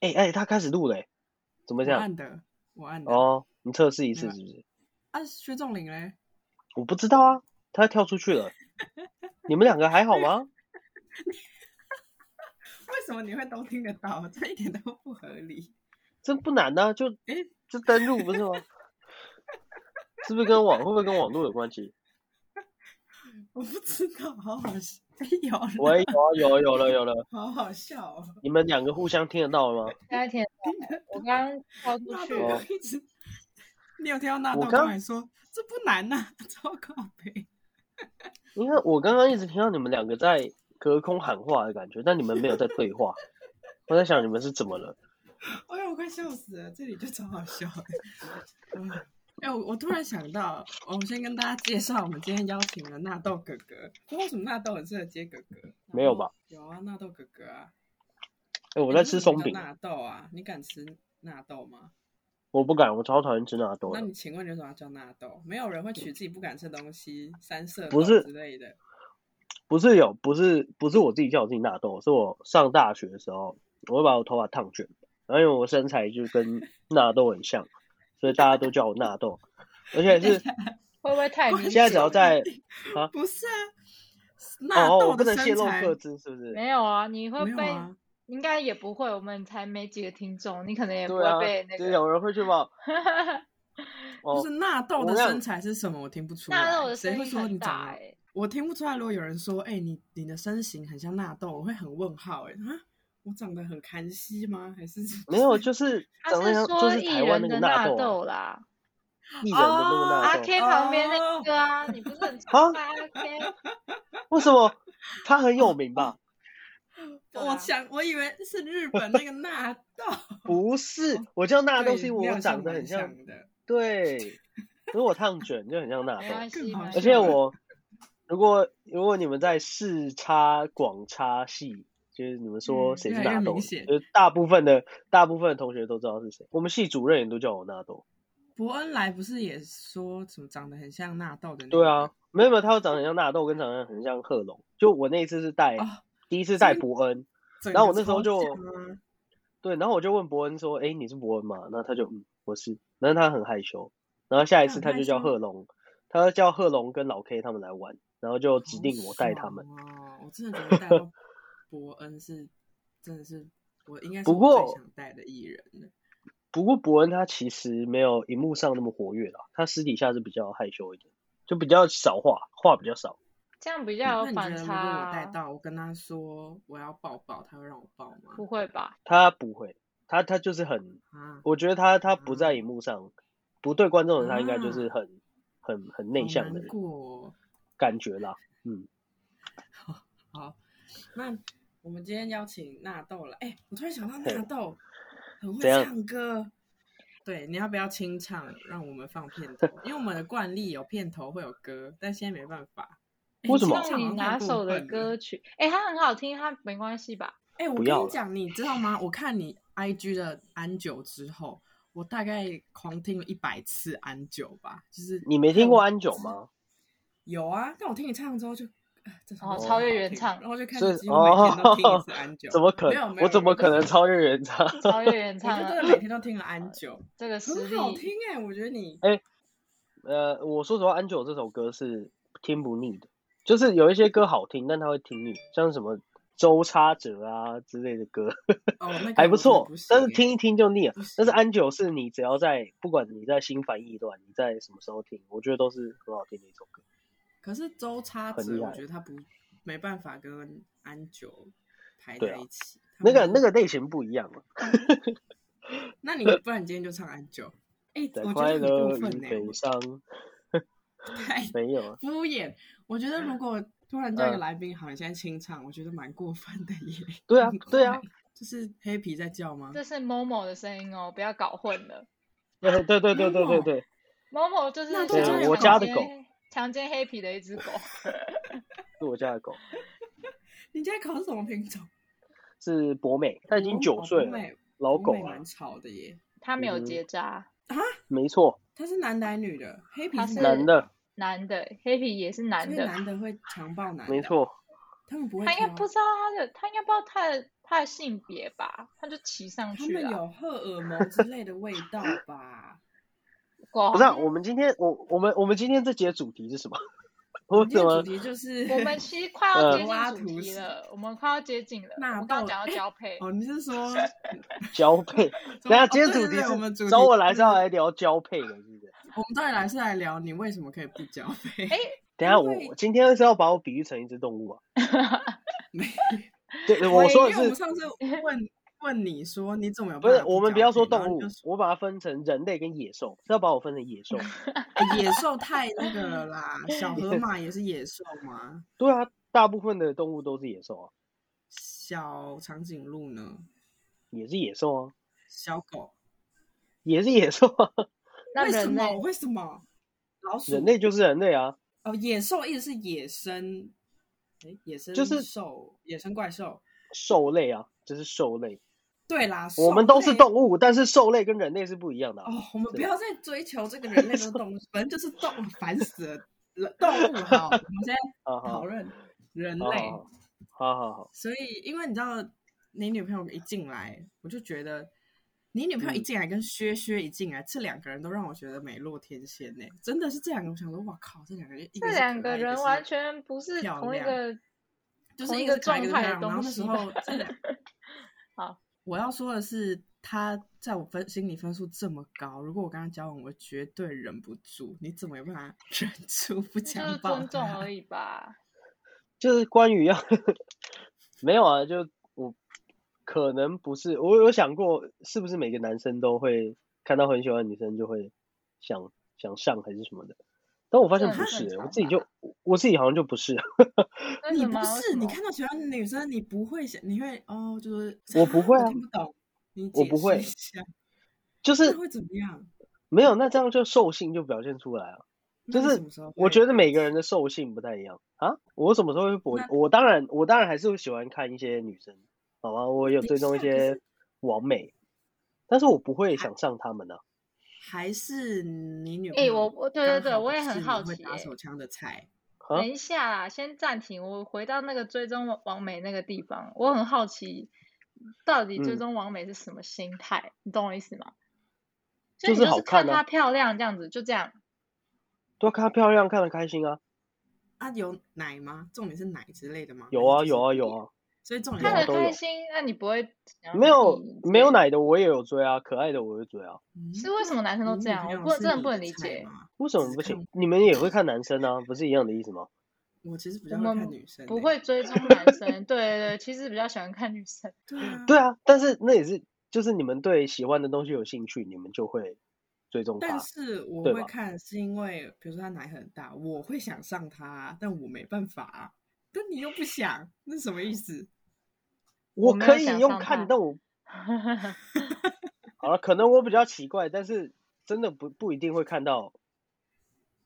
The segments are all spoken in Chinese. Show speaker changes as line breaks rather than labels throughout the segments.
哎哎，他开始录了欸，怎么
我
这样？
按的，我按的。
哦，你测试一次
没
是不是？
啊，薛仲林嘞？
我不知道啊，他跳出去 了。你们两个还好吗？
为什么你会都听得到？ 这一点都不合理。
这不难呐、就
诶
就登录不是吗？是不是跟网会不会跟网络有关系？
我不知道，好好笑，哎有了
喂，有啊有啊有了有了，
好好笑哦。
你们两个互相听得到吗？
大家听得到吗我刚刚跳
纳
出去，
豆
哦
哥一直，你有听到纳
我
豆
刚
刚才说这不难啊 呐、超靠背。
你看我刚刚一直听到你们两个在隔空喊话的感觉，但你们没有在对话。我在想你们是怎么了？
哎呦，我快笑死了，这里就超好笑的。嗯 哎、我我突然想到，我先跟大家介绍，我们今天邀请了纳豆哥哥。不知道为什么纳豆很适合接哥哥？
没有吧？
有啊，纳豆哥哥啊。
哎、我
我
在吃松饼，
纳豆啊，你敢吃纳豆吗？
我不敢，我超讨厌吃纳豆
那
的。
你请问你为什么要叫纳豆？没有人会取自己不敢吃的东西，三色
不
豆
是
之类的。
不是有，不是不是我自己叫我自己纳豆，是我上大学的时候，我会把我头发烫卷，然后因为我身材就跟纳豆很像，所以大家都叫我纳豆。而且 是
会不会太明
现
显？
在只要在啊，
不是啊，纳
哦，
豆
我不
的
能泄
身
露
材
各自，是不是？
没有啊，你会
没有
被、
啊。
应该也不会，我们才没几个听众，你可能也不
对啊
会被，那
就
个。
有人会去报
就
哦
是，纳豆
我
的
让
身材是什么？我听不出来。
纳豆的
谁
声
会
音
说你
很
长得
大哎、
我听不出来。如果有人说：“哎、你你的身形很像纳豆”，我会很问号、哎啊，我长得很韩熙吗？还是
没有， 就是
他
长得像
是
就
说
是
艺
台湾那个
人的
纳豆啊，
豆啦，
艺人的那个
哦
纳
阿
豆。啊
K 旁边那个啊，你不是 很崇拜 阿 K？
为什么他很有名吧？
对
我
啊
想我以为是日本那个纳 豆，
不是，我叫纳豆
对
是因
你
为
好
我长得
蛮
很像，
的。
对，如果烫卷就很像纳
没
豆。
关系，
更
没
好
关
而
系。
且我如果如果你们在视差广差系，就是你们说
嗯
谁
越
是
来越
纳豆，
明显
就是大部分的大部分的同学都知道是谁。我们系主任也都叫我纳豆。
伯恩来不是也说什么长得很像纳豆的、那个？
对啊，没有没有，他有长得很像纳豆，跟长得很像贺龙。就我那一次是带、
啊，
第一次带
真
伯恩，
整
然后我
个
那时候
超
就
像啊
对，然后我就问伯恩说：“哎，你是伯恩吗？”那他就嗯，我是。然后他很害羞，然后下一
他
次
很
他
害
就叫
羞
贺龙，他叫贺龙跟老 K 他们来玩，然后就指定我带他们。
好爽哦，我真的觉得带到伯恩是真的是我应该是
不
我最
过
想带的艺人了。
不过伯恩他其实没有荧幕上那么活跃啦，他私底下是比较害羞一点，就比较少话，话比较少。
这样比较
那
有
你觉
反
得如
差、
果我带
啊。
到，我跟他说我要抱抱，他会让我抱吗？
不会吧？
他不会，他他就是很，
啊，
我觉得他他不在荧幕上，不对观众的他应该
啊
就是很、很很内
好
向的
难
人
过哦。
感觉啦。嗯，
好，那我们今天邀请纳豆了。哎，我突然想到
嘿
纳豆很会
怎样
唱歌。对，你要不要清唱，让我们放片头？因为我们的惯例有片头会有歌，但现在没办法。哎
为什么
清唱
用你
好像太
拿
过
手的
分了
歌曲，哎、它很好听，它没关 系吧？
哎、我
不
跟
要
你
了
讲，你知道吗？我看你 IG 的安久之后，我大概狂听了一百次安久吧，就是
你没听
看
过
我
安久吗？
有啊，但我听你唱之后就，呃、这首
哦
歌
超
好
越
听
原唱
然后就开
所以
始几乎每天都听一
哦
次安久，
怎么可
没有
能？
没
我
有
怎么可能
就是
超越人家？
超越原
我
唱
就
了
真的每天都听了安 久，
这个实
很好
力
听，哎、我觉得你
呃，我说实话，安久这首歌是听不腻的，就是有一些歌好听，但他会听腻，像什么周插者啊之类的歌
哦那个
还不
我真的
错，但是
行哎
听一听就腻了
不。
但是
行
安久是你只要在不管你在心烦意乱，你在什么时候听，我觉得都是很好听的一首歌。
可是周叉
很
子，
厉
我
害
觉得他不没办法跟安久排
对
在
啊
一起，他
那个
们
那个类型不一样了，啊
那你不然你今天就唱安久？哎、
在
我觉
快
得很过
乐
分
与
呢、
悲
我
伤
太
没有啊，
敷衍。我觉得如果突然叫一个
嗯
来宾，好，你现在清唱，我觉得蛮过分的耶。
对 啊对啊，
就是黑皮在叫吗？
这是 Momo 的声音哦，不要搞混了。
对对对对对对对，
Momo 就是
那
对
想
我
强
家的
奸
狗
强奸黑皮的 一只狗，
是我家的狗，
你在考什么品种？
是博美，它已经
哦
九岁了，
博美
老狗
博
啊
美
了
蛮，吵的耶。
它没有
嗯
结扎，
没错，
他是男的还是女的？黑皮
他
是
是
男的，
男的黑皮也是男
所以
的，
男的会强暴男的，
没。错。
他们不会
他
挑，
应该不知道他的，他应该不知道他的他的性别吧，他就骑上
他
去啊
们
了。
有荷尔蒙之类的味道 吧？哦
狗
不是、啊，我们今天我我们我们今天这节主题是什么？ 我
今
怎
天
么
主题就是
我 们其实快要
呃
接近主题了，我们快要接近了。我
纳
们刚
豆
刚讲到
哎，
交配
哦，你是说，
交配？
等
等一下今天主题
哦对对对我们主
是
题嗯
找我来是
就
要来聊交配的，是不是？
我们到底来是来聊你为什么可以不交费？
哎
等一下
因为
我今天是要把我比喻成一只动物 啊？
没，
对，
我
我
也
说的
因为我
是
们上 次问问你说你怎么有
不
办法
是？
交配
我们不要说动
然后
物
你就，说
我把它分成人类跟野兽，是要把我分成野 兽。
哎野兽太那个 了啦，小河马也是野兽吗？
对啊，大部分的动物都是野兽啊，
小长颈鹿呢？
也是野兽啊，
小狗？
也是野兽 啊，
那
为什
人
么？
类
为什么？老鼠
人类就是人类啊。
哦，野兽一直是野生，哎，野生
就是
兽、野生怪兽。
兽类啊，这是兽类。
对啦，
我们
兽
都是
类
动物，但是兽类跟人类是不一样的啊、
哦，我们
是
不要再追求这个人类的动物，反正就是动物，烦死了。人动物好，我们现在
啊哈，
讨论哦人
好
类。
好好好，
所以，因为你知道，你女朋友一进来，我就觉得你女朋友一
嗯
进来跟薛薛一进来，这两个人都让我觉得美若天仙呢、真的是这两个，我想说，哇靠，这两个人，一个
这
是
两
可
个
爱一个
人
是
完全不是
漂
同一
亮
个，
就是
同
一
一个
是可爱一
状
个是漂
态的
亮然后那
东
时
西
候这两
好，
我要说的是，他在我分心理分数这么高，如果我跟他交往，我绝对忍不住。你怎么有办法 忍住不
就
强
是
暴
尊重
他
而已吧。
就是关于要 没有啊，就我可能不是，我有想过是不是每个男生都会看到很喜欢的女生就会想想上还是什么的，但我发现
这
不
很
是、欸
正
我
常
自己就我自己好像就不是，
为
你
什
不
么？为
是，
什
你
么
看到喜欢的女生，你不会想，你会哦，就是
我不 会啊
听不懂，你
我
解
不
释
会
一下
就
那
是
会怎么样？
没有，那这样就兽性就表现出来啊。
那
就
你
是
什么时候
我
会
觉得每个人的兽性不太一样啊。我什么时候会博
那？
我当然，我当然还是会喜欢看一些女生，好吧？我有
等一
追踪一
下可
些
是
网美，但是我不会想上他们的、啊
还是你女
哎、
朋友？
嗯
我我对对对，我也很好
会
奇、
打
欸。
手枪的菜，
啊
等一下啦，先暂停，我回到那个追踪王王美那个地方，我很好奇，到底追
嗯
踪王美是什么心态？你懂我意思吗？
就
你
是
就
好
是
看
看
啊
她漂亮这样子，就这样。
多看她漂亮，看得开心啊。
啊，有奶吗？重点是奶之类的吗？
有啊，
还是
有
就是
啊，
别
有
的。
啊，
所以重点
有
看
啊
是
得
都有
开心，那你不会
嗯
想要
没有
避之
没有
类的？
奶的我也有追啊，可爱的我会追啊。
嗯
是为什么男生都
你
这
女
样
朋
我
友
不能
是
真的
你
不
的
能理
菜
解
吗
为什么
只
不
看
行？你们也会看男生啊，不是一样的意思吗？
我其实比
我
较会看
们
女生、
不。会追踪男生，对对对，其实比较喜欢看女生。
对啊，
对啊，但是那也是就是你们对喜欢的东西有兴趣，你们就会追踪
但
他。
是我
对
会
吧
看，是因为比如说他奶很大，我会想上他，但我没办法、啊。但你又不想，那是什么意思？
我
我没有
可以
想
用
上
看，
他
但 我好了，可能我比较奇怪，但是真的不不一定会看到，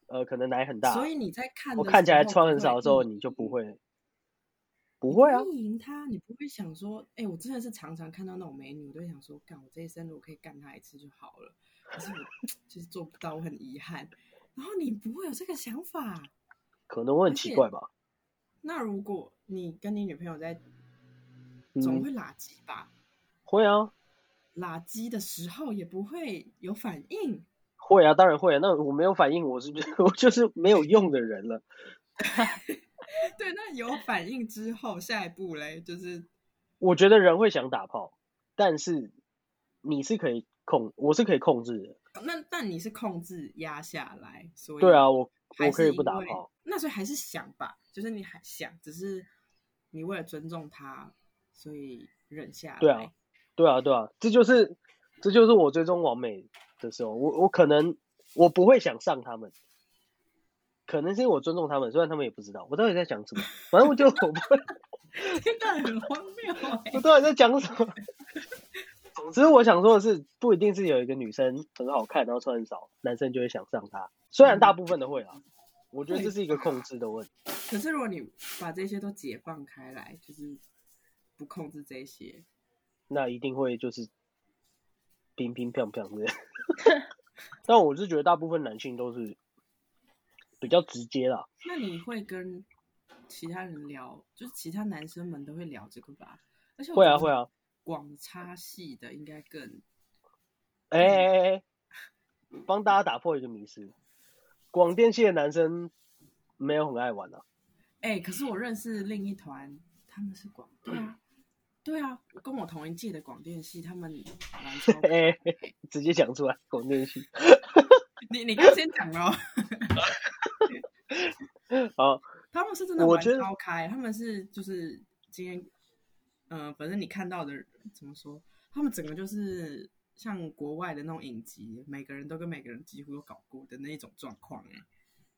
呃，可能奶很大，
所以你在看的
我
时候，
看起来穿很少的时候，
你
你就不会，
你
不
不
会啊，
会赢他，你不会想说，哎、我真的是常常看到那种美女，我都会想说，干，我这一生如果可以干她一次就好了。可是我就是做不到，我很遗憾。然后你不会有这个想法。
可能我很
而
奇
且
怪吧，
那如果你跟你女朋友在，总
嗯，
会拉鸡吧？
会啊，
拉鸡的时候也不会有反应。
会啊，当然会啊，那我没有反应，我是 我就是没有用的人了，
对，那有反应之后，下一步嘞，就是
我觉得人会想打炮，但是你是可以控，我是可以控制的，
那但你是控制压下来，所以
对啊，我
还
我可
是
以
因
不打
为
炮，
那所以还是想吧，就是你还想，只是你为了尊重他，所以忍下来。
对 啊，对啊，对啊，这就是这就是我追踪完美的时候，我我可能我不会想上他们，可能是因为我尊重他们，虽然他们也不知道我到底在讲什么，反正我就 我不会，
真的很荒谬 哎、
我到底在讲什么。总之，我想说的是，不一定是有一个女生很好看，然后穿很少，男生就会想上她。虽然大部分的会啊，我觉得这是一个控制的问题。
可是如果你把这些都解放开来，就是不控制这些，
那一定会就是乒乒乓乓的。 但我是觉得大部分男性都是比较直接啦，
那你会跟其他人聊，就是其他男生们都会聊这个吧？而且我
会
觉
啊
得
会啊，
广差系的应该更
哎哎哎哎，帮大家打破一个迷思，广电系的男生没有很爱玩啊。。
哎、可是我认识另一团，他们是广对啊，对啊，跟我同一届的广电系，他们玩超
哎、直接讲出来，广电系。
你你刚先讲了哦，
好，
他们是真的
我
玩
觉得
超开，他们是就是今天，嗯、反正你看到的怎么说，他们整个就是像国外的那种影集，每个人都跟每个人几乎都搞过的那一种状况哎。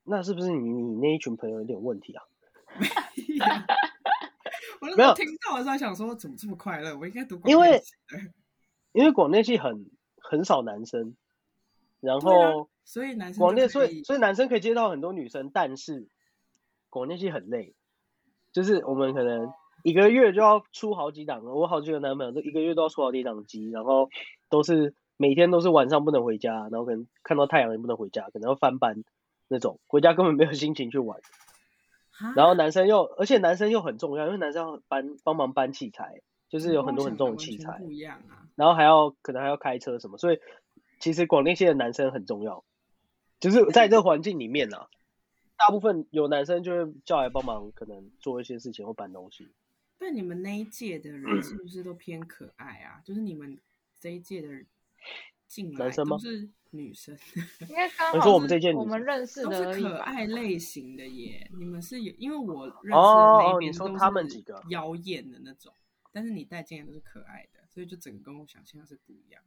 那是不是你你那一群朋友有点问题啊？
我那
没
时
有
候听到的时候想说，怎么这么快乐？我应该读广
因为
电系的
因为广电系很很少男生，然
对啊
后
所以男生
广
就
电
可
所以
以
所以男生可以接到很多女生，但是广电系很累，就是我们可能一个月就要出好几档，我好几个男朋友都一个月都要出好几档机，然后都是每天都是晚上不能回家，然后可能看到太阳也不能回家，可能要翻班那种，回家根本没有心情去玩。
哈
然后男生又，而且男生又很重要，因为男生要搬帮忙搬器材，就是有
跟
很多
我
很
想
重的
的完
器
全
材，
不一样啊。
然后还要可能还要开车什么，所以其实广电系的男生很重要，就是在这个环境里面啊，大部分有男生就会叫来帮忙，可能做一些事情或搬东西。
但你们那一届的人是不是都偏可爱啊？就是你们这一届的人进来
男生吗
都是女生，
应该刚
你
好
说我们
是
这届
我
女
们
生
认识
都
的而
是
已
可
吧。
爱类型的耶。你们是有，因为我认识的
哦哦
那边
你说
都
他们
是
几个
妖艳的那种，但是你带进来都是可爱的，所以就整个跟我想象是不一样。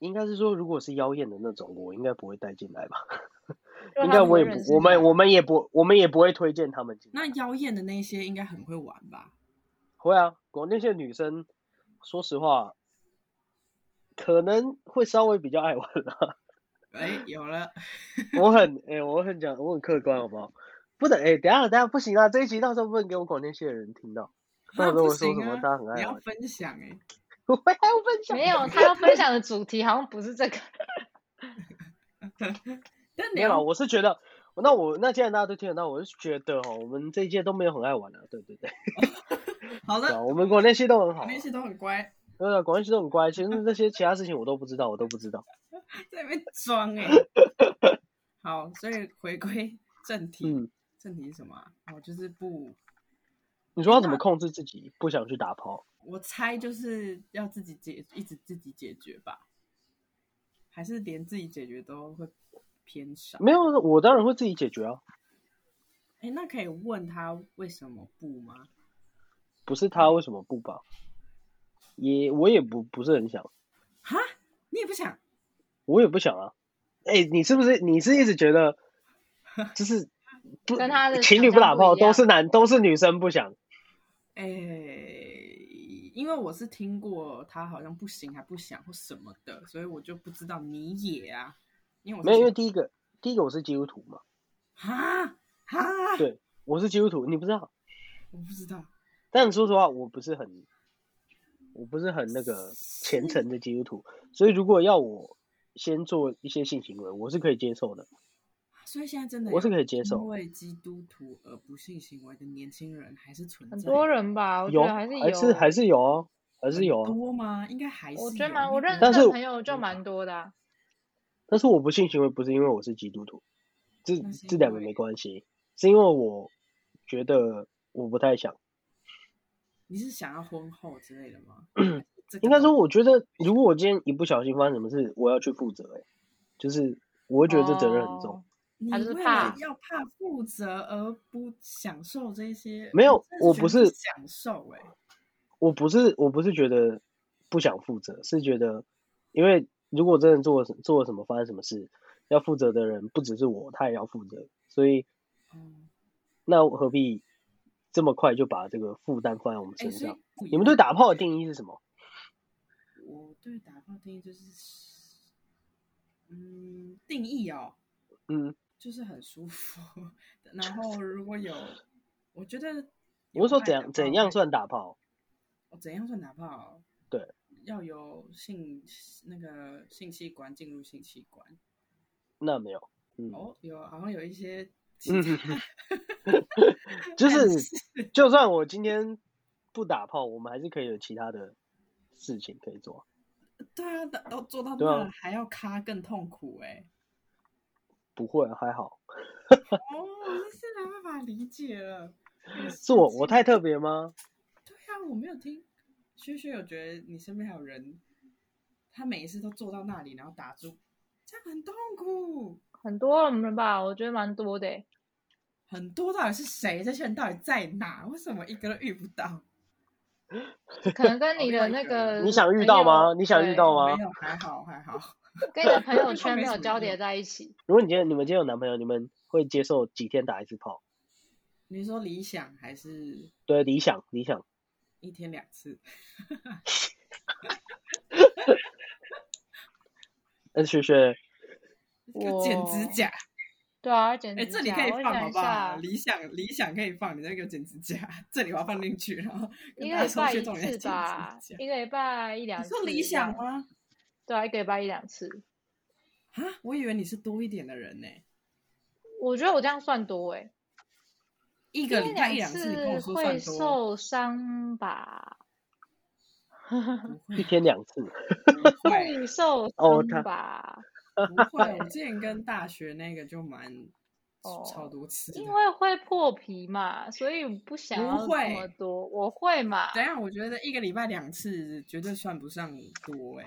应该是说，如果是妖艳的那种，我应该不会带进来吧？
就
应
他
该
们
我也
认
不，
识啊
我
的
们我们也不，我们也不会推荐他们进来。
那妖艳的那些应该很会玩吧？
会啊，广电系的女生，说实话，可能会稍微比较爱玩啦、
哎，有 了，
我很哎、我很讲，我很客观，好不好？不能哎、等一下等一下不行啊！这一集到时候不能给我广电系的人听到， 那
啊
如果
不
说
行
什么
啊
大家很爱
你要
玩
分享哎、
我还要分享。
没有，他要分享的主题好像不是这个。
但你
没有啦，
要
我是觉得，那我那既然大家都听得到，我是觉得哦，我们这一届都没有很爱玩啊，对对对，
好
对啊，
的，
我们广电系都很好啊，
那些都很乖。
对啊，广电系都很乖，其实那些其他事情我都不知道，我都不知道。
在那边装 哎、好，所以回归正题，
嗯，
正题是什么啊、我就是不，
你说要怎么控制自己不想去打炮？
我猜就是要自己解，一直自己解决吧，还是连自己解决都会偏少？
没有，我当然会自己解决啊，
哎、那可以问他为什么不吗？
不是他为什么不吧？也我也不不是很想。
哈，你也不想？
我也不想啊。哎、你是不是你是一直觉 得，就是不
跟他的
情侣
想
不打
象不
炮
一
都
样
是男都是女生不想？
哎、因为我是听过他好像不行还不想或什么的，所以我就不知道你也啊，因为我
没有，因为
是
第一个第一个我是基督徒嘛，
哈哈，
对我是基督徒，你不知道。
我不知道。
但说实话，我不是很，我不是很那个虔诚的基督徒，所以如果要我先做一些性行为，我是可以接受的。
所以现在真的
我是
有
可以接受
因为基督徒而不性行为的年轻人还是存在
很
的，
多人吧，我觉
有
得还是有，
还是还是有哦，还是有
很
哦。
多吗？应该还是
我觉得
有
蛮，我认
但
识
是
的朋友就蛮多的啊、
但是我不性行为不是因为我是基督徒，这
那是
这
因
两个
为
没关系，是因为我觉得我不太想。
你是想要婚后之类的 吗？这个
应该说，我觉得如果我今天一不小心发生什么事，我要去负责、欸。就是我会觉得这责任很重。
哦
你
还是
为
怕
了要怕负责而不享受这些，
没有
真的
我
觉
不
得
是
享受哎、
我不是我不是觉得不想负责，是觉得因为如果真的做了什做了什么发生什么事，要负责的人不只是我，他也要负责。所以
嗯，
那我何必这么快就把这个负担放在我们
哎、
身
所以
上？
不一
你们对
样
打炮的定义是什么？
我对打炮定义就是，嗯，定义哦，
嗯，
就是很舒服。 然后如果有，我觉得
我是说怎
有
样怎样
爱打炮会
算打炮？
哦怎样算打炮？
对，
要有性那个性器官进入性器官。
那没有，嗯，
哦，有好像有一些，
嗯就是就算我今天不打炮，我们还是可以有其他的事情可以做。
对啊，到到做到
对
那
啊
了还要咖更痛苦哎、
不会、啊，还好。
哦，我真是没办法理解了。
是我我太特别吗？
对啊，我没有听。薛薛有觉得你身边还有人，他每一次都坐到那里，然后打住，这样很痛苦。
很多人吧，我觉得蛮多的欸。
很多到底是谁？这些人到底在哪？为什么一个都遇不到？
可能跟
哦
你
另
的
外一
那
个
个
你想遇到吗
朋友
你想遇
对
到吗
没有，还好，还好。
跟 你的朋友
都
圈
没
没
什
有
么
交
用
叠在一起，
如果你今天你们今天有男朋友，你们会接受几天打一次炮？
你是说理想还是
对，理想理想，
一天两次？
但是是
就剪指
我
甲，
对啊，简
哎、
直
这里
假
可以放
我想
好
一
不好？
下，
理想理想可以放，你那个剪指甲，这里我要放进去，然后跟
一
大家
个礼
说
拜
薛
一
总也
次
剪指
吧
甲。，
一个礼拜一两
你
次。
说理想？吗？
对啊，一个礼拜一两次。
啊，我以为你是多一点的人呢、
我觉得我这样算多哎，
一
一
个礼拜一两
两
次，你跟我说
会
算多，
受伤吧？
不
一
会
天两次，
不会
会受
哦他
伤吧？
不会。我之前跟大学那个就蛮
哦
超多次的，
因为会破皮嘛，所以不想
不
要
会
这么多。我会嘛？
等一下我觉得一个礼拜两次绝对算不上多哎、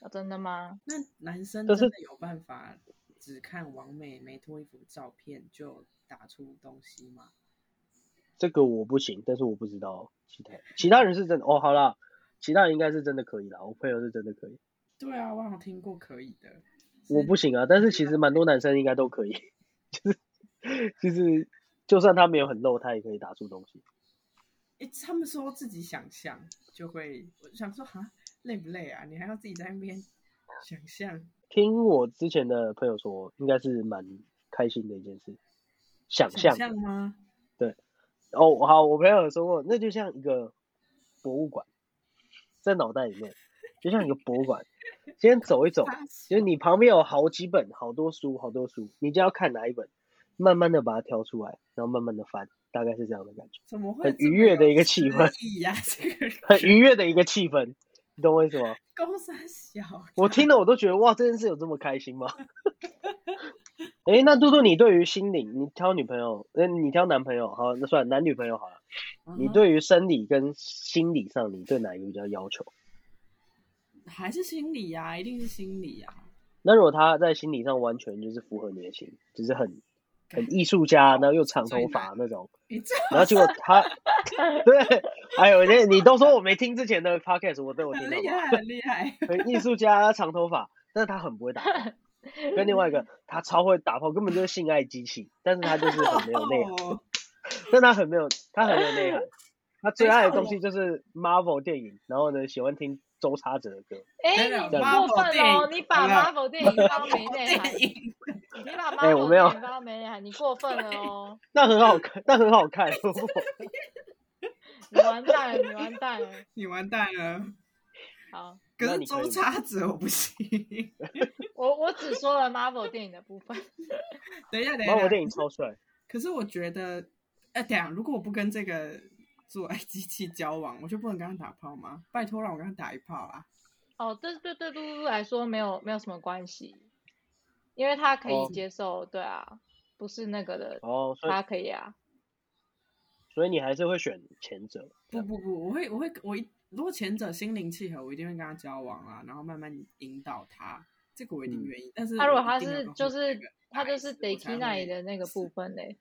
哦真的吗？
那男生
就
真
是
的有办法只看王美没脱衣服照片就打出东西吗？
这个我不行，但是我不知道其他其他人是真的哦。好啦，其他人应该是真的可以啦，我朋友是真的可以，
对啊，我好像听过可以的。
我不行啊。但是其实蛮多男生应该都可以，就是就是就算他没有很露，他也可以打出东西。
诶，他们说自己想象就会，我想说哈，累不累啊？你还要自己在那边想象，
听我之前的朋友说，应该是蛮开心的一件事，想象
想象吗？
哦，好，我朋友有说过，那就像一个博物馆，在脑袋里面，就像一个博物馆。今天走一走，
发
就是你旁边有好几本、好多书、好多书，你就要看哪一本，慢慢的把它挑出来，然后慢慢的翻，大概是这样的感觉，
怎么会
很愉悦的一个气氛，
意呀、这个人
很愉悦的一个气氛，你懂我意思吗？
高三小，
我听了我都觉得哇，这件事有这么开心吗？ 哎，那嘟嘟，你对于心灵，你挑女朋友，那你挑男朋友，好，那算了男女朋友好了。你
嗯哼
对于生理跟心理上，你对哪一个比较要求？
还是心理呀、一定是心理啊呀、
那如果他在心理上完全就是符合你的心，就是很很艺术家，然后又长头发那 种，
你这
然后结果他， 对，哎呦，那你都说我没听之前的 podcast，我都有听
很
到
厉
吗，
害，很厉害。
很呃艺术家，长头发，但是他很不会打炮。跟另外一个，他超会打炮，根本就是性爱机器，但是他就是很没 有啊内 涵，
哦，
但他很没有，他很没有内涵。他最爱的东西就是 Marvel 电影，然后呢，喜欢听周叉子的歌。
哎，
等等
你过
Marvel
分
电
哦！
影
你
有
把
没有
Marvel 电影当没啊内涵
电，影
你把 Marvel
哎我没有
电影当没内涵，你过分了 哦！
那很好看，那很好 看。
啊
我
你完蛋了，你完蛋了。
你完蛋了。
好，
可
那
是
你可以
周
吗
叉子我不行。
我我只说了 Marvel 电影的部分。
等一下，等一下，
Marvel 电影超帅，
可是我觉得，哎、等一下，如果我不跟这个做 爱机器交往，我就不能跟他打炮吗？拜托，让我跟他打一炮啊！
哦，对对对，嘟嘟来说没有没有什么关系，因为他可以
哦
接受，对啊，不是那个的，
哦，所以
他可以啊。
所以你还是会选前者。
不不不，我会我会我一如果前者心灵契合，我一定会跟他交往啊，然后慢慢引导他，这个我一定
嗯
愿意。但是
他如
我
果
一
他
定要
是
跟
就
后面
是
那个
他
打
就
一
是
次我才
Deki 那里
会
的那个部分嘞，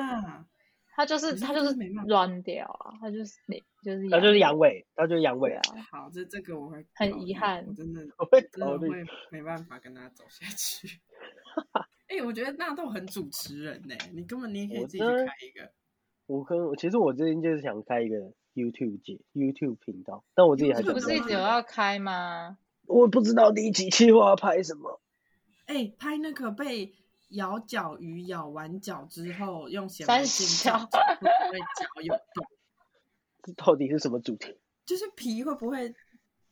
啊，
他就是
可是
他
他
就
就是是没办法
软屌啊，他就是就是
他就是阳
痿
痿，他就是阳
对
痿
啊。，
好，这这个我会
很
考
遗
虑
憾
我真的
我会
真
考
嗯
的
虑。
会没办法跟他走下 去。哎、我觉得纳豆很主持人呢、你根本你也可以
我
自己去
真
开一个，
我跟其实我最近就是想开一个 YouTube 节 YouTube 频道，但我自己还
这
找
个
不
不
是一
到，
直有要开吗？
我不知道第一集计划要拍什么。
哎、拍那个被咬脚鱼咬完脚之后用显
三
微镜
小
照脚会不会脚有洞，
这到底是什么主题？
就是皮会不会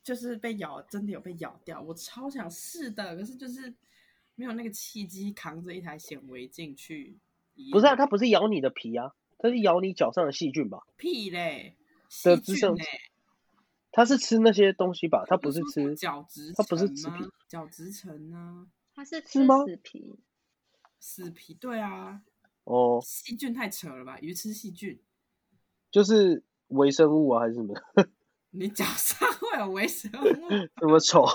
就是被咬，真的有被咬掉？我超想试的，可是就是没有那个契机，扛着一台显微镜去。嗯
不是啊，它不是咬你的皮啊，它是咬你脚上的细菌吧？
屁嘞，
得
细
知
菌
上
嘞，
它是吃那些东西吧？它不是
说
吃
角质，
它不是吃
吗
皮？
角质层啊，
它是
是
吃
吗
死皮，
死皮，对啊，
哦，
细菌太扯了吧？鱼吃细菌，
就是微生物啊还是什么
你脚 上会有微生物，
什么 丑？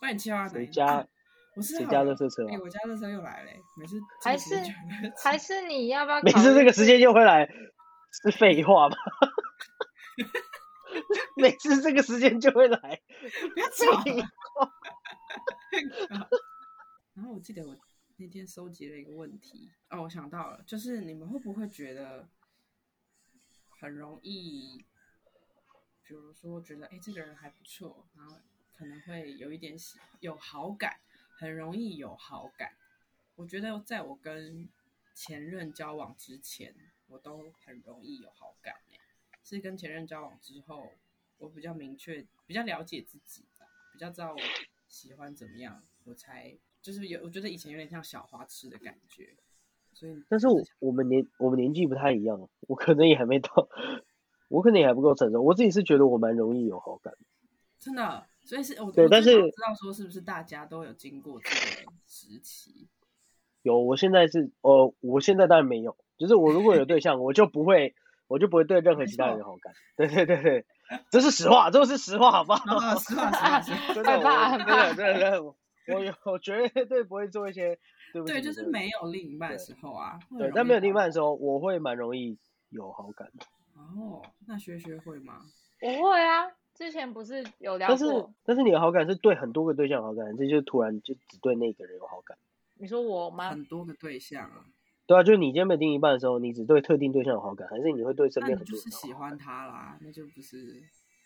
把你切到哪
谁
里？
家
啊我是
谁
好
家
了
垃圾车
哎、
啊？
我家乐色又来了、每次
还
进行
是
就来了
还是你要不要考
每
虑？
次这个时间就会来，是废话吗？ 每次这个时间就会来，
不要吵啊。然后我记得我那天收集了一个问题，哦，我想到了，就是你们会不会觉得很容易，比如说觉得哎这个人还不错，然后可能会有一点喜有好感，很容易有好感。我觉得在我跟前任交往之前，我都很容易有好感、欸、是跟前任交往之后，我比较明确，比较了解自己吧，比较知道我喜欢怎么样，我才就是有，我觉得以前有点像小花痴的感觉，所以
但是我我们年我们年纪不太一样，我可能也还没到，我可能也还不够成熟。我自己是觉得我蛮容易有好感，
真的，所以是我
对
我
但
至少
是
知道说是不是大家都有经过这个时期，
有。我现在是呃，我现在当然没有，就是我如果有对象，我就不会，我就不会对任何其他人有好感。对对对对，这是实话，这是实话，好不好？
啊，是吧？是 吧？
真的，
害怕
我
害
真
怕
的真的真的，我我有我绝对不会做一些对不起
对，就
你
是
的
没有另一半的时候啊，会
对，
容
但
易
没有另一
吧
半的时候，我会蛮容易有好感的。
哦，那学学会吗？
我会啊，之前不是有聊
但是
过？
但是你的好感是对很多个对象有好感，这就是突然就只对那个人有好感。
你说我吗？
很多个对象啊，
对啊，就是你今天没另一半的时候，你只对特定对象有好感，还是你会对身
那你
边很
就
多人
是
有好
喜
感？
欢他啦，那就不是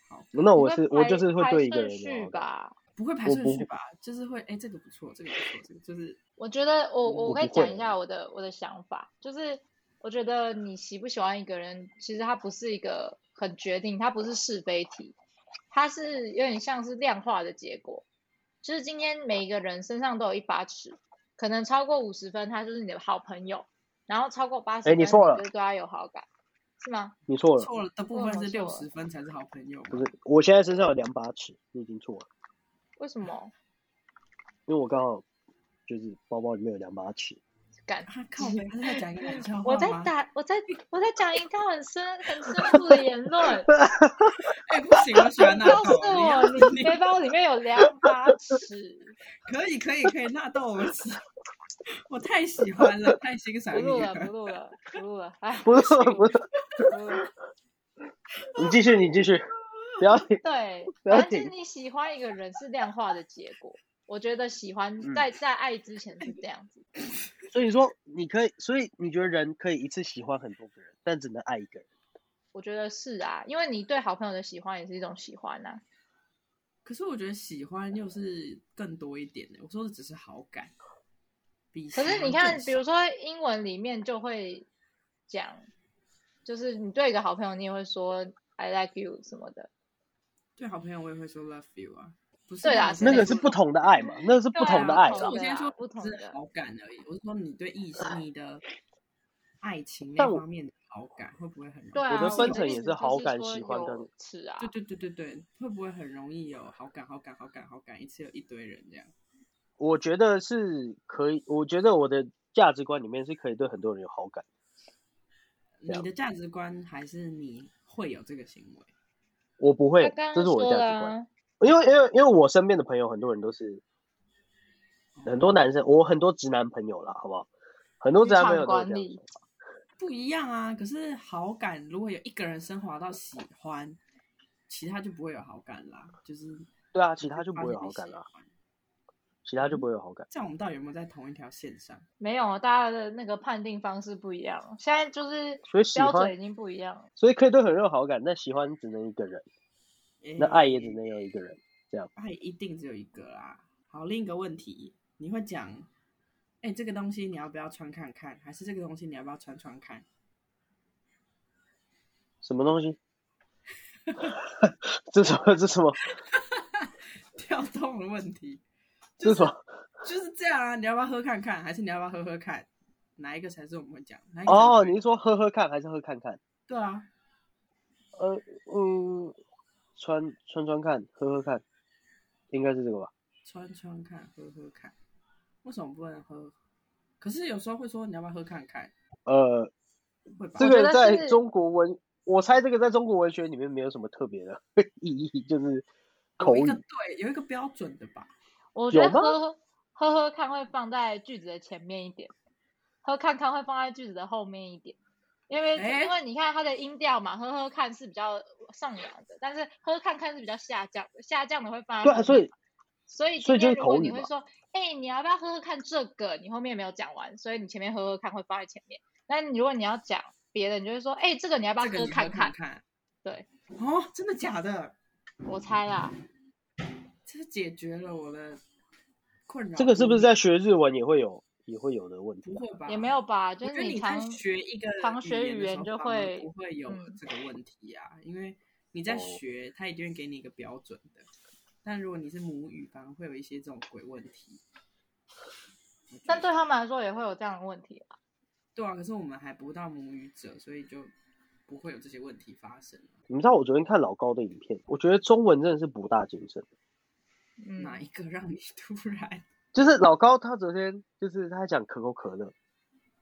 好，
那我
你
是
会
我
排
就是会
排
对一个
顺
人有
序
好感。
吧。
不会排
我
顺
不
序
会
吧？就是会，哎，这个不错，这个不错，这个就是
我觉得我
我
我可以
不会
讲一下我的我的想法，就是我觉得你喜不喜欢一个人，其实它不是一个很决定，它不是是非题，它是有点像是量化的结果。就是今天每一个人身上都有一把尺，可能超过五十分，他就是你的好朋友，然后超过八十
哎
分，
你错了
就对他有好感，是吗？
你错了，
错了的部
为
分
什么
是
错
六
了
十分才是好朋友嘛
不是，我现在身上有两把尺，你已经错了，
为什么？
因为我刚好就是包包里面有两把尺。
感
啊，靠北，他是在讲一个冷笑话
我在
吗
打，我在我在讲一套很深很深入的言论。
哎、不行，我 喜欢纳
告诉
豆。
我，你背包里面有两把尺，
可以可以可以纳豆，我喜， 我太喜欢了，太欣赏
不
你
录 了，不
了。
录了，不录了，哎，
不是不是，
不录了。
你继续你继 续，不要紧
对，
不要
反正就是
紧
你喜欢一个人是量化的结果。我觉得喜
嗯
欢在在爱之前是这样子，
所以说，你可以，所以你觉得人可以一次喜欢很多个人，但只能爱一个人。
我觉得是啊，因为你对好朋友的喜欢也是一种喜欢啊呐、
可是我觉得喜欢又是更多一点的，我说的只是好感。比
可
喜
是
欢
嗯
你看
更，
比如
少
说英文里面就会讲，就是你对一个好朋友，你也会说 I like you 什么的。
对好朋友，我也会说 love you 啊，不是
对啊
那种
那个是不同的爱嘛，那个是不
对
同的
啊
爱
不
可是
啦
同。
我
的
现在
啊
说
不同
只是
的
好感而已，我是说你对异性你的爱情那
但我
方面的好感会不会很容易？
对啊，
的分
我
层
意
也
思
是
就
好感
说
喜欢
有
跟
尺啊
对，对对对对，会不会很容易有好感、好感、好感、好感，一次有一堆人这样？
我觉得是可以，我觉得我的价值观里面是可以对很多人有好感。这
你
样
的价值观还是你会有这个行为？
我不
他
会
刚，
这
刚
是我的
说
价
了
值观。
啊，
因为因为因为我身边的朋友很多人都是很
哦
多男生，我很多直男朋友啦，好不好？很多直
职
男朋友
场
都有
管
这样。
理，
不一样啊。可是好感如果有一个人升华到喜欢，其他就不会有好感啦。就是
对啊，其他就不
发
会
现
有
你
好感
喜
啦，
欢。
其他就不会有好感。
这样我们到底有没有在同一条线上？
没有，大家的那个判定方式不一样，现在就是
所以喜
标
欢
准已经不一样了。
所以可以对很多人有好感，但喜欢只能一个人，那
诶
爱也只能有一个人。
爱一定只有一个啦。好，另一个问题，你会讲，哎、这个东西你要不要穿看看？还是这个东西你要不要穿穿看？
什么东西？ 这什么？这什么？
跳动的问题，
这
就
什
是
么？
就是这样啊！你要不要喝看看？还是你要不要喝喝看？哪一个才是我们会讲？哪一个才是
哦，
不
你是说喝喝看还是喝看看？
对啊，
呃，嗯，穿穿穿看，喝喝看，应该是这个吧？
穿穿看，喝喝看，为什么不能喝？可是有时候会说你要不要喝看看，
呃，
会吧？
这
觉
个
得
在
是
中国文，我猜这个在中国文学里面没有什么特别的意义，就是口
哦有一
语
个对，有一个标准的吧？
我觉得
有吗
喝喝喝看会放在句子的前面一点，喝看看会放在句子的后面一点，因为、
诶
因为你看它的音调嘛，喝喝看是比较上扬的，但是喝看看是比较下降的，下降的会放在
对
后
啊，所
面
以
所以
所以
今天
就是
如果
口
你
语
会
嘛
说，哎、你要不要喝喝看这个？你后面没有讲完，所以你前面喝喝看会放在前面。那如果你要讲别的，你就会说，哎、这个你要不要
这个
喝
你喝
看看？
看。
对，
哦，真的假的？
我猜啦，
这是解决了我的困扰。
这个是不是在学日文也会有也会有的问题
不
啊？
会吧？
也没。有吧，就
我觉
是
得你在
常
学一个
常学
语
语
的时
言
候
就
反而
会
不会有
嗯
这个问题啊，因为你在
哦
学，他一定会给你一个标准的。但如果你是母语，反而会有一些这种鬼问题。我觉
但
得
对他们来说也会有这样的问题啊。
对啊，可是我们还不到母语者，所以就不会有这些问题发生。
你们知道我昨天看老高的影片，我觉得中文真的是博大精深。
嗯，
哪一个让你 突然？
就是老高他昨天就是他讲可口可乐，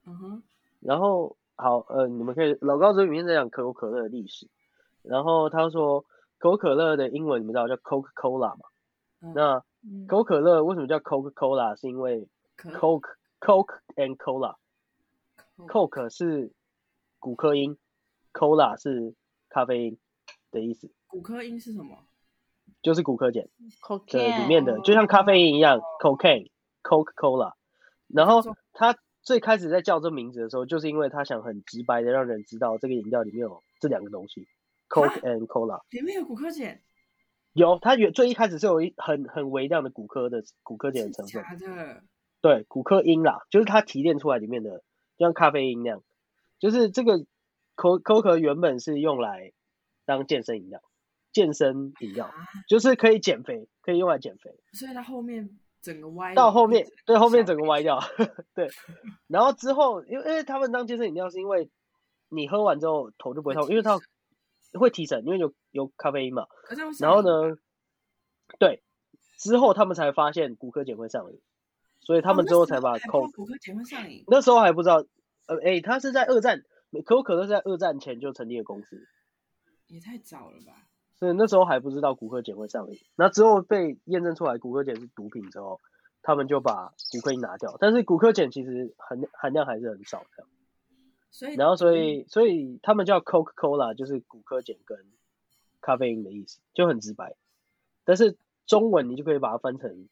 嗯哼，
然后好呃，你们可以老高昨天影片在讲可口可乐的历史，然后他说可口可乐的英文你们知道叫 Coca Cola 嘛？
嗯
那
嗯
可口可乐为什么叫 Coca Cola？是因为
可
Coke Coke and Cola。
扣
Coke 是骨科因，Cola 是咖啡因的意思，
骨科音是什么？
就是骨科碱的
cocaine
里面的，就像咖啡因一
哦
样，cocaine Coca Cola。然后
这种
他最开始在叫这名字的时候，就是因为他想很直白的让人知道这个饮料里面有这两个东
啊
西，Coke and Cola。
里面有骨科碱，
有，它原最一开始是有一很很微量的骨科的骨科碱的
真的
成分，
假的？
对，骨科因啦，就是它提炼出来里面的，就像咖啡因那样，就是这个可可可原本是用来当健身饮料，健身饮料
啊，
就是可以减肥，可以用来减肥。
所以它后面整个歪
到
了
后面
变成，
对后面
小
整个
杯
歪掉，对。然后之后，因为因为他们当健身饮料是因为你喝完之后头就不会
会
痛，
提
因为它会提神，因为有有咖啡因嘛。
可是它会上
然后
瘾吧？
呢，对，之后他们才发现骨科碱会上瘾，所以他
哦
们
那
之后
时候
才把
还不知
Coke
道骨科碱会上瘾，
那时候还不知道，呃，哎、他是在二战，可口可乐是在二战前就成立的公司，
也太早了吧？
所以那时候还不知道骨科碱会上瘾。那之后被验证出来骨科碱是毒品之后，他们就把骨科因拿掉，但是骨科碱其实含含量还是很少的。
所以
然后所
嗯
以所以他们叫 Coca Cola，就是骨科碱跟咖啡因的意思，就很直白。但是中文你就可以把它翻成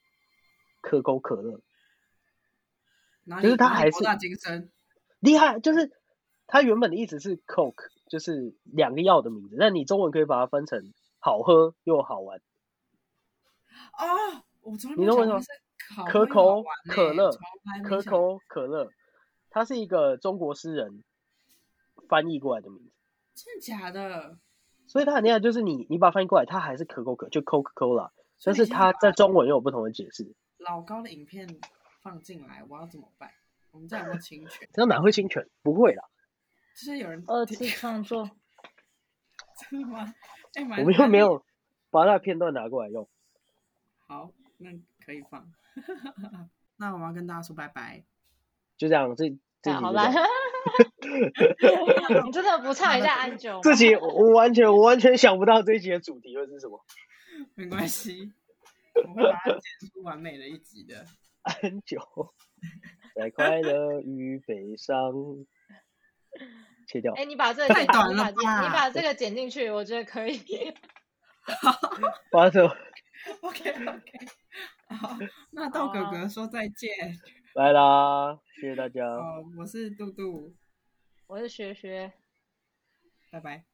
可口可乐，
哪
就是
里
它
哪里
还
博
是
大精深，
厉害，就是它原本的意思是 Coke，就是两个药的名字，但你中文可以把它翻成好喝又好玩，
哦，我从来
你
没
能
想
闻
到
到
是烤
可
会好
口
玩
可
欸
乐
从来没
可
想
口可乐，它是一个中国诗人翻译过来的名字，
真的假的？
所以它很厉害，就是你你把它翻译过来，它还是可口可就 Coca Cola，但
所以
是
你现
它
把
在中文又有不同的解释，
老高的影片放进来，我要怎么办？我们这样有没有侵权？
这样哪会侵权？不会啦，
就是有人
呃
二
听
次创 作，哎
真的吗？哎，蛮
我们又没
蛮
有把那片段拿过来用。
好，那可以放。那我们要跟大家说拜拜。
就这样，这这
啊
集就
好
这
啦
样。，
你真的不唱一下安 久吗？
这集我我完全我完全想不到这一集的主题会是什么，
没关系，我会把它剪出完美的一集的。
很久。在快乐与悲伤，切掉
哎、。你把这个
太
剪
短
你
了
把这个你
吧
把这个剪进去，我觉得可以。
发生，
OK OK，好，那豆哥哥说再见。
拜啦，谢谢大家。
哦，我是杜杜，
我是学学。
拜拜。